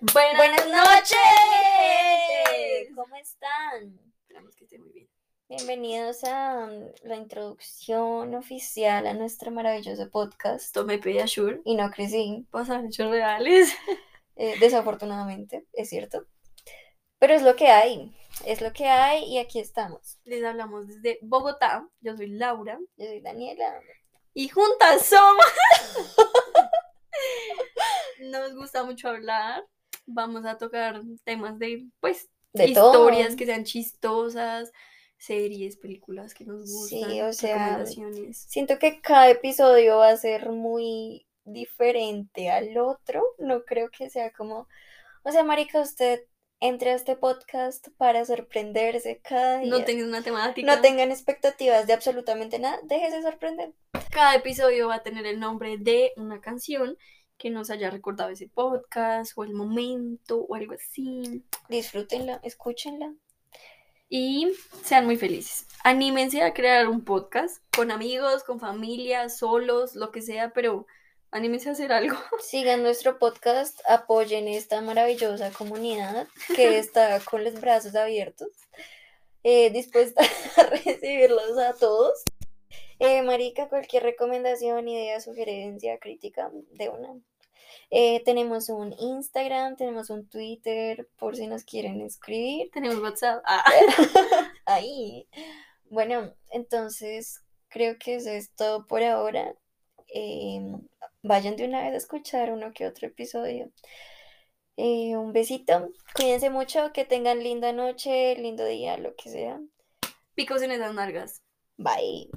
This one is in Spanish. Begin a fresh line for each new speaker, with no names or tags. Buenas,
Buenas noches.
noches. ¿Cómo están?
Esperamos que esté muy bien.
Bienvenidos a um, la introducción oficial a nuestro maravilloso podcast.
Esto me pide Ashur.
Y no crecí,
Pasan hechos reales.
eh, desafortunadamente, es cierto. Pero es lo que hay, es lo que hay y aquí estamos.
Les hablamos desde Bogotá. Yo soy Laura.
Yo soy Daniela.
Y juntas somos. Nos gusta mucho hablar. Vamos a tocar temas de, pues,
De
historias
todo.
que sean chistosas, series, películas que nos
Sí,
gustan,
o sea,
recomendaciones.
Siento que cada episodio va a ser muy diferente al otro. No creo que sea como, o sea, marica, usted entre a este podcast para sorprenderse cada día.
No tengas una temática.
No tengan expectativas de absolutamente nada, déjese sorprender.
Cada episodio va a tener el nombre de una canción que nos haya recordado ese podcast o el momento o algo así.
Disfrútenla, escúchenla.
Y sean muy felices. Anímense a crear un podcast con amigos, con familia, solos, lo que sea, pero anímense a hacer algo.
Sigan nuestro podcast, apoyen esta maravillosa comunidad que está con los brazos abiertos, eh, dispuesta a recibirlos a todos. Eh, Marica, cualquier recomendación, idea, sugerencia, crítica, de una. Eh, tenemos un Instagram, tenemos un Twitter, por si nos quieren escribir.
Tenemos WhatsApp. Ah,
Ahí. Bueno, entonces creo que eso es todo por ahora. Em, vayan de una vez a escuchar uno que otro episodio. Eh, un besito. Cuídense mucho, que tengan linda noche, lindo día, lo que sea.
picos en esas nalgas.
Bye.